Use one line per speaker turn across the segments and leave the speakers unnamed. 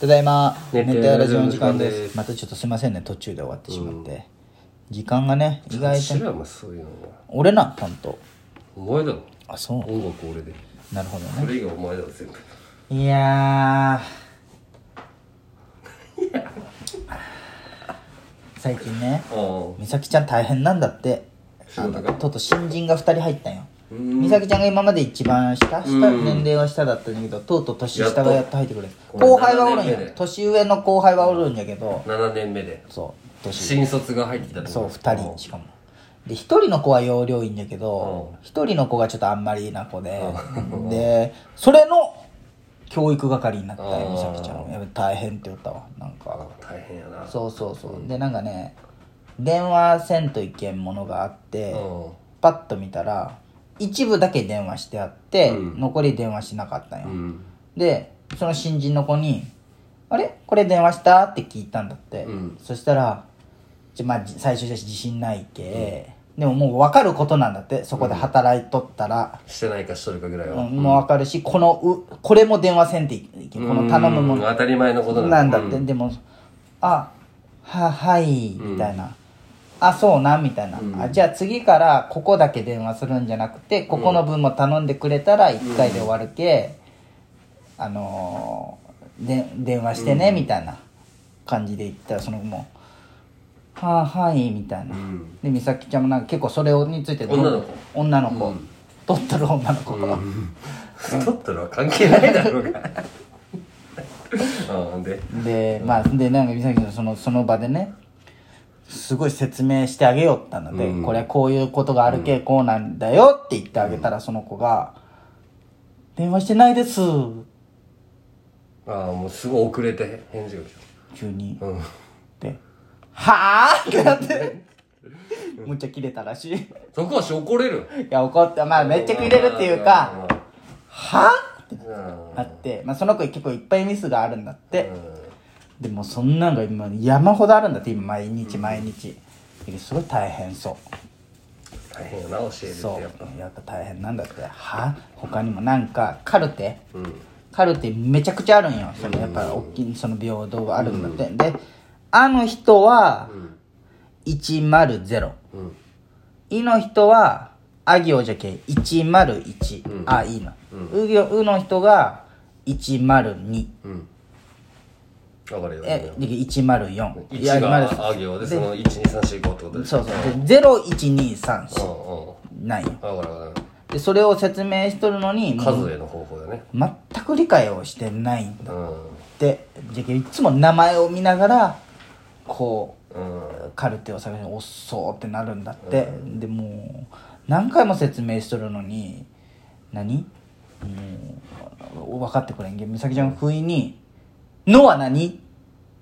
ただいま
寝て
寝てラジオの時間で
ラジオの時間ですす
またちょっとすいませんね途中で終わってしまって、時間がね意外
知
と
らんもそういうの
俺な担当
お前だろ
あそう
音楽俺で
なるほど
そ
ね
れ以外お前だろ全部
いやー 最近ね
あ
美咲ちゃん大変なんだって
仕
あ
事
の
が
とうとう新人が2人入ったんよ
あうん
美咲ちゃんが今まで一番下
うん
下年齢は下だったんだけどとうとう年下がやっと入ってくれる
これ
後輩はおるん
七年目
よ
で
年上の後輩はおるんやけど
7年目で
そう年
新卒が入ってきたって
そう
こと
2人しかもで1人の子は要領いいんやけど
う
1人の子がちょっとあんまりな子ででそれの教育係になったよ
うん
美咲ちゃんやっぱ大変って言ったわなんか
あ大変やな
そうそうそうでなんかね電話せんといけんものがあって
うん
パッと見たら一部だけ電話してあって、
うん
残り電話しなかったんよ、
うん
でその新人の子に「あれこれ電話した?」って聞いたんだって、
うん
そしたら「ちょまあ、じ最初だし自信ないけ、でももう分かることなんだってそこで働いとったら、
してないかしとるかぐらい
うん
は
もう分かるしこのうこれも電話せんといけんこの頼むも
うん
の
当たり前のこと
なんだって、
う
でも「あははい」
うん
みたいな「あそうな」みたいな、
うん
あ「じゃあ次からここだけ電話するんじゃなくてここの分も頼んでくれたら1回で終わるけ、あのーで電話してね」みたいな感じで言ったらその子も「ははい」みたいな、
うん
で美咲ちゃんもなんか結構それについて
女の子
女の子、
うん
撮っとる女の子が、
太ったのは関係ないだろうがうんで
で、まあ、で、なんか、美咲のその、その場でね、すごい説明してあげよったので、
うん
これこういうことがあるけ、こうなんだよって言ってあげたら、その子が、電話してないです、
ああもうすごい遅れて返事が来
急に、
た
っ
うん
て、はぁってなって、むっちゃ切れたらしい。い
そこはし怒れる
や、怒って、まあ、めっちゃ切れるっていうか、はぁって
うんうん
なって、まあ、その子結構いっぱいミスがあるんだって、でもそんなんが今山ほどあるんだって今毎日毎日、すごい大変そう
大変よな教えるっ
そ
て
う
やっぱ
やっぱ大変なんだっては他にもなんかカルテ
うん
カルテめちゃくちゃあるんよそのやっぱ大きいその平等があるんだって、であの人は
うん
101
うん
いの人はあ行じゃけ101、
うん
あいいの、う行うの人が102
うん分かるよ
えで104
1
104
があ行でその12345ってことで
そうそうで01234
うんうん
ないよ
あわかるわかる
でそれを説明しとるのにもう
数えの方法だね
全く理解をしてないんだ
う
っ
ん
てじゃけいつも名前を見ながらこ
うん
うカルテを探しておっそうってなるんだって、でもう何回も説明しとるのに何もう分かってくれんけん美咲ちゃんが不意に「のは何?」っ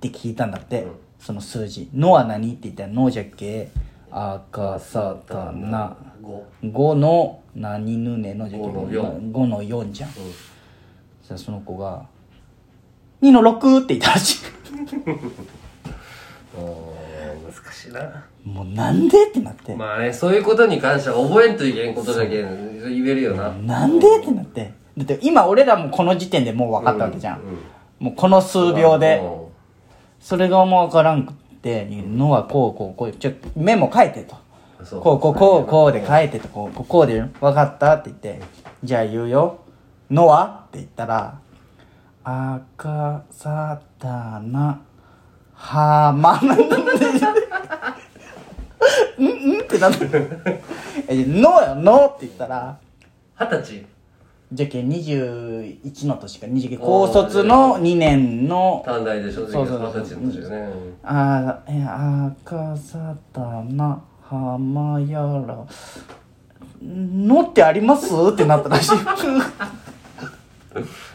て聞いたんだって、その数字「のは何?」って言ったら「のじゃっけ赤さたな」
五
5の何ぬねのじゃけ
五の四
5の4じゃん、そしたらその子が「2の6」って言ったらし
うん難しいない
もうなんでってなって、
まあねそういうことに関しては覚えんといけんことだけ言えるよな
なんでってなってだって今俺らもこの時点でもう分かったわけじゃん、もうこの数秒で、それがもう分からんくって「の」はこうこうこうちょっとメモ書いてと。
うんそう
こうこうこうこうで書いてとこうこうこうで分かったって言って「じゃあ言うよ」「のは?」って言ったら「赤さたなはま」なんで うんうんってなって「えのよの」って言ったら
二十歳
じゃけん21の年か29高卒の2年の
短大でしょ
そうそうそう
二十歳の年だよね
あーえ赤さたな浜やらのってありますってなったらしい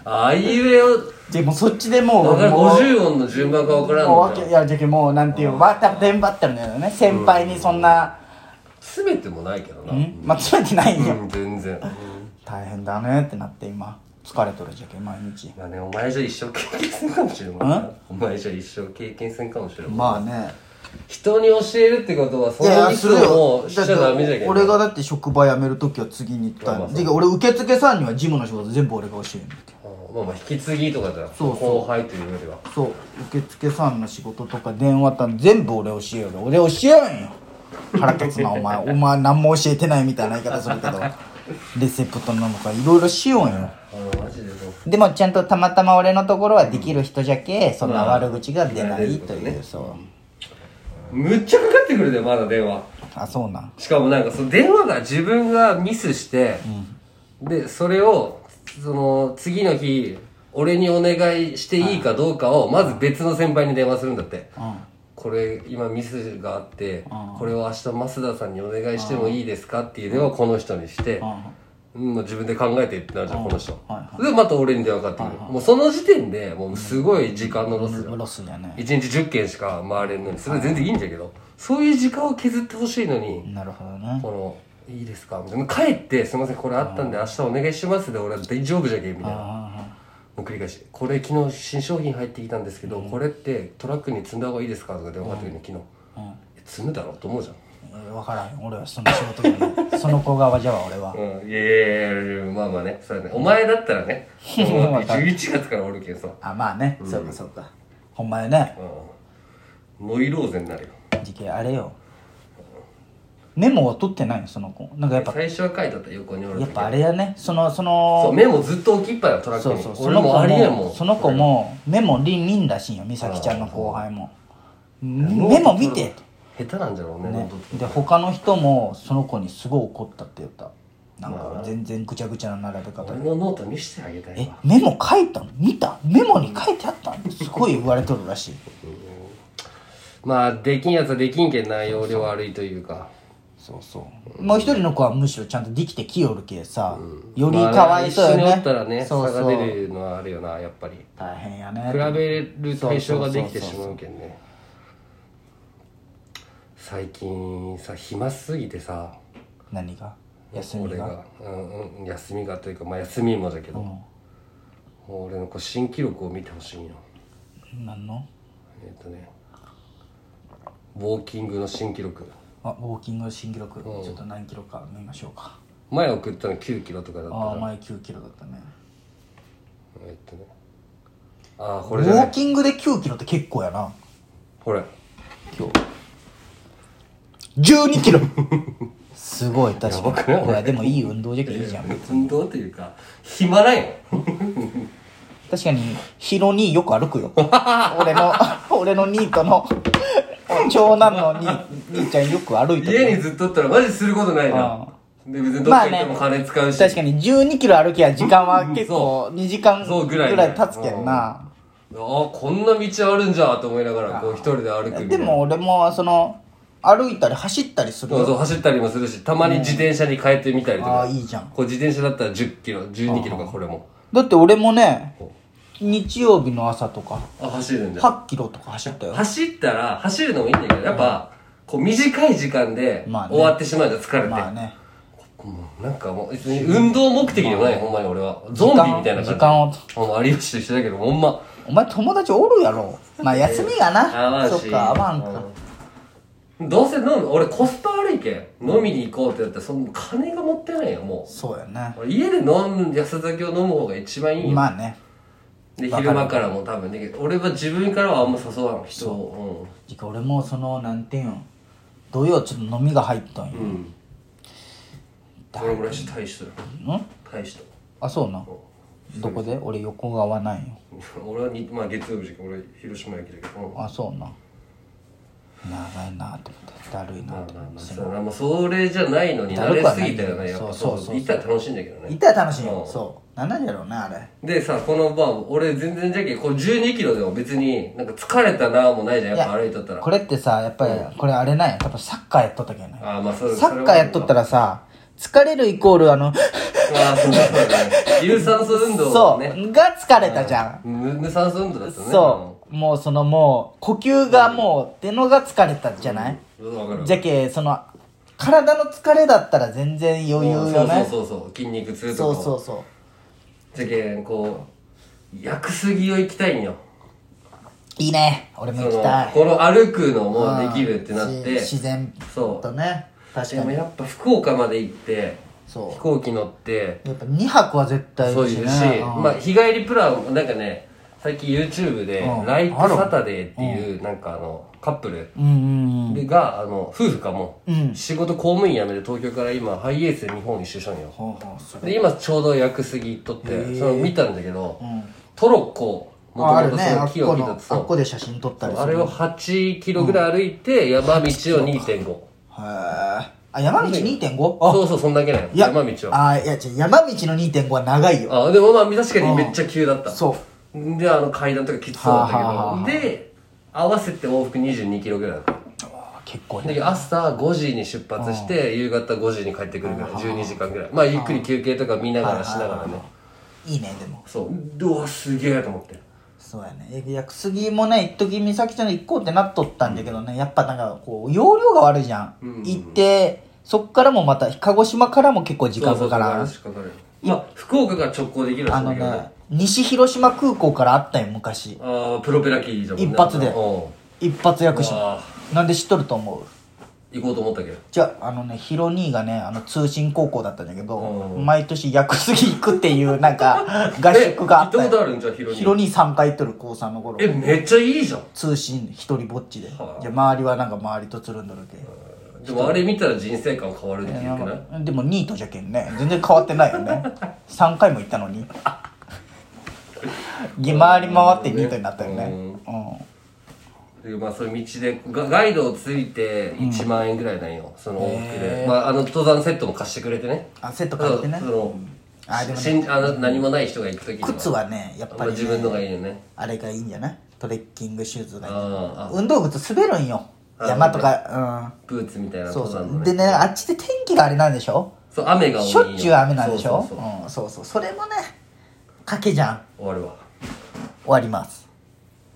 あいうえを
でもうそっちでもう
分かる
もう
50音の順番が分からん
もうわ
の
けい
か
やじゃけもうなんていうわたてんばってるんだよね先輩にそんな、
詰めてもないけどな
うん、まあ詰めてないんよ、
うん全然
大変だねってなって今疲れとるじゃけ毎日
まあねお前じゃ一生経験するかもしれんもんなお前じゃ一生経験するかもしれんもんな
まあね
人に教えるってことはそ
いやい
のミ
やす
ス
る
を
よ
もうしちゃダメじゃ
だっ
け
て
ん
俺がだって職場辞める時は次に行った
まあ
の
まあ
で俺受付さんには事務の仕事全部俺が教えるんだけど
うんまあまあ引き継ぎとかじゃ
そうそう
後輩というよりは
そう受付さんの仕事とか電話たん全部俺教えよる俺教えよんよ腹立つなお 前お前何も教えてないみたいな言い方するけどレセプトなのかいろいろしようよ
あのマジでそう
でもちゃんとたまたま俺のところはできる人じゃけそんな悪口が出ないというそう
むっちゃかかってくるでまだ電話
あそうなん
しかもなんかその電話が自分がミスして、でそれをその次の日俺にお願いしていいかどうかをまず別の先輩に電話するんだって、これ今ミスがあって、これを明日増田さんにお願いしてもいいですかっていう電話をこの人にして、うん、自分で考えてってなるじゃん、この人、でまた俺に電話かかってくる、もうその時点でもうすごい時間のロスだ
ロスやね
1日10件しか回れんのにそれは全然いいんだけど、そういう時間を削ってほしいのに、
なるほどね
この「いいですか?」みたいな帰って「すいませんこれあったんで明日お願いします」で俺は大丈夫じゃけみたいな
あ
もう繰り返し「これ昨日新商品入ってきたんですけど、これってトラックに積んだ方がいいですか?」とか電話かかってくるの昨日、え積むだろうと思うじゃん
あ分からん俺はその仕事じゃないその子側じゃわ俺は
うんいやいやいやいやまあまあねそれねお前だったらね もう11月からおるけんさ、
あまあね、そうかそうかほんまやね
うん、ノイローゼになるよ
時期あれよメモは取ってないのその子なんかやっぱ
最初は書いてあった横におる
やっぱあ
れ
れやねそのそ
そう
の
メモずっと置きっぱいよトラック
そう
に
そうそ
俺
の子
もありえんも
も
ん
その子もメモりんりんらしいんよ美咲ちゃんの後輩もメモ見てと
下手なんじゃろう
ね
ねノート取る、
で他の人もその子にすごい怒ったって言ったなんか全然ぐちゃぐちゃな並べ方
俺
で
のノート見せてあげたい
え
わ
メモ書いたの見たメモに書いてあったのすごい言われとるらしい
まあできんやつはできんけん内容量悪いというか
そうそうもう一人の子はむしろちゃんとできてきよるけさ、より
まあ
かわいそうよね,、
一緒におったらね
そう
差
そ
が
う
出るのはあるよなやっぱり
大変やね
比べる対象ができてしまうけんね最近さ暇すぎてさ
何が休み
俺
が
が、うんうん、休みがというかまあ休みもだけど、もう俺のこう新記録を見てほしいの
何の
えっとねウォーキングの新記録
あウォーキング新記録、ちょっと何キロか見ましょうか
前送ったの9キロとかだった
ああ
ら
前9キロだったね
えっとねああこ
ウ
れじゃない
ォーキングで9キロって結構やな
これ
今日12キロ すごい確
やばく
か
ない
にいやでもいい運動じゃけいいじゃん
運動というか暇ないよ
確かにヒロ兄よく歩くよ俺の 俺のニートの長男の兄兄ちゃんよく歩いて
家
る
にずっとおったらマジすることないなで別にどっ
まあ
か行っ
ね
ても金使うし、
確かに12キロ歩きは時間は結構2時間
そう
ぐ
ぐらいね
らい経つけんな
ああこんな道あるんじゃと思いながらこう一人で歩くみたい
で
な
も俺もその歩いたり走ったりする
そう
よ
そう走ったりもするしたまに自転車に変えてみたりと
ああ
か
いいじゃん
こう自転車だったら1 0キロ1 2キロかこれも
だって俺もね
ほ
日曜日の朝とか
あ走るんだ
8キロとか走ったよ
走ったら走るのもいいんだけどやっぱ、こう短い時間で
まあね
終わってしまうじゃん疲れて、
まあね
うんなんかもう別に運動目的でもない、ほんまに俺は。ゾンビみたいな感じ。
時間を
もう有吉と一緒だけど、ほんま。
お前友達おるやろまあ休みが
合わ
なん
し
そっか合わんか
どうせ飲む、俺コスパ悪いけん。飲みに行こうってなったら、その金が持ってないよ、も
そうやね
う。俺家で飲む、安酒を飲む方が一番いいよ。
まあね
で、
わかる
昼間からも多分できる。俺は自分からはあんま誘わん、人を。
てか俺もそのなんていうん土曜ちょっと飲みが入ったんよ
うん。うん。これぐらいして大使とよ。
ん
大使と。
あそうなどこで俺横が合わないよ
俺はに、まあ月曜日じゃけん俺広島焼きだけど。うん
あそうな長いなと思ってだるいな
まあ
と
まあ
思
まあ
って
そうまあそれじゃないのに慣れすぎたよねやっぱ
そうそうそう
行ったら楽しいんだけど
行
ね
ったら楽しいよ
うん
そうなんなんやろうねあれ
でさこのバー俺全然じゃけこう1 2キロでも別になんか疲れたなもないじゃんやっぱ歩いとったら
これってさやっぱりこれあれなんや多分サッカーやっとったけんね
ああまあそれ
サッカーやっとった
ら
らさ疲れるイコールあの
ああそうだそうだね 有酸素運動
そ
だね
うが疲れたじゃん
無無酸素運動だったね
そうもうそのもう呼吸がもう出のが疲れたじゃない、
うんわかる
じゃけその体の疲れだったら全然余裕よね
そうそうそうそう筋肉痛
そ
と
う
か
そう
も
そ
じゃけこう薬杉を行きたいんよ
ういいね俺も
そ
行
の
きたい
この歩くのもできるってなっ
うん
て
し自然
そう
とね確か
でも
に
やっぱ福岡まで行って
そう
飛行機乗って
やっぱ2泊は絶対い
そう
る
い
し
う
ね
し、
うん
まあ、日帰りプランなんかね最近 YouTube で
うん
「ライトサタデー」っていうなんかあのカップル
うんうんうん
でがあの夫婦かも、
うん
仕事公務員辞めて東京から今ハイエースで日本一周したんよ
ほうほうすごい
で今ちょうど屋久杉行っとってそれを見たんだけど、
うん
トロッコも
ああ
と
る
もと
ね
そ
あ
の
っ
木
こ
を切
の
った
あっこで写真撮ったりする
あれを8キロぐらい歩いて山道を2.5
へーあ山道 2.5? あ
そうそうそんだけなんよ
いや
山道は
あいや違う山道の2.5は長いよ
あでもまあ確かにめっちゃ急だった
そう
であの階段とかきつそうだった
は
け
あはあはあ
どで合わせて往復2 2キロぐらいだった
あー結構ね
で朝5時に出発して夕方5時に帰ってくるからい12時間ぐらいまあゆっくり休憩とか見ながらしながらね
いいねでも
そううわすげえと思って
そうやねいや杉もね一時美咲ちゃんに行こうってなっとったんだけどね、やっぱなんかこう容量が悪いじゃん、
うん
行ってそっからもまた鹿児島からも結構時間かからん
そうそうそう話かかるまあ福岡から直行できるらし
あ
いん
の
だけどね
ね西広島空港からあったよ昔
ああプロペラ機じゃん
一発で
うん行
一発屋久島
わ
なんで知っとると思う
こうと思ったけど
じゃああのねヒロ兄がねあの通信高校だったんだけど、
うん
毎年屋久杉行くっていうなんか合宿があった
え行ったことあるん
じ
じゃヒロに
ヒロ兄3回行っとる高3の頃
えめっちゃいいじゃん
通信一人ぼっちで、
はあ
じゃあ周りはなんか周りとつるんどるけ、
でもあれ見たら人生観変わるって言ってない
でもニートじゃけんね全然変わってないよね 3回も行ったのにぎ回り回ってニートになったよね
でまあそれ道でガガイドをついて1万円ぐらいなんよ、その往復
へ
で
ー、
まあ、あの登山セットも貸してくれてね
あセット買ってね
その
あでもね
しんあの何もない人が行く時には
靴はねやっぱ
まあ
りね、
自分のがいいよね
あれがいいんじゃないトレッキングシューズがいい
あーあ
運動靴滑るんよ
あ
山とか
ブーツみたい
うん
な
そう
登
そ
山の
う
ね
でねあっちで天気があれなんでしょ
そう雨が多い
しょっちゅう雨なんでしょ
そうそうそう
うんそうそうそれもね賭けじゃん
終わるわ
終わります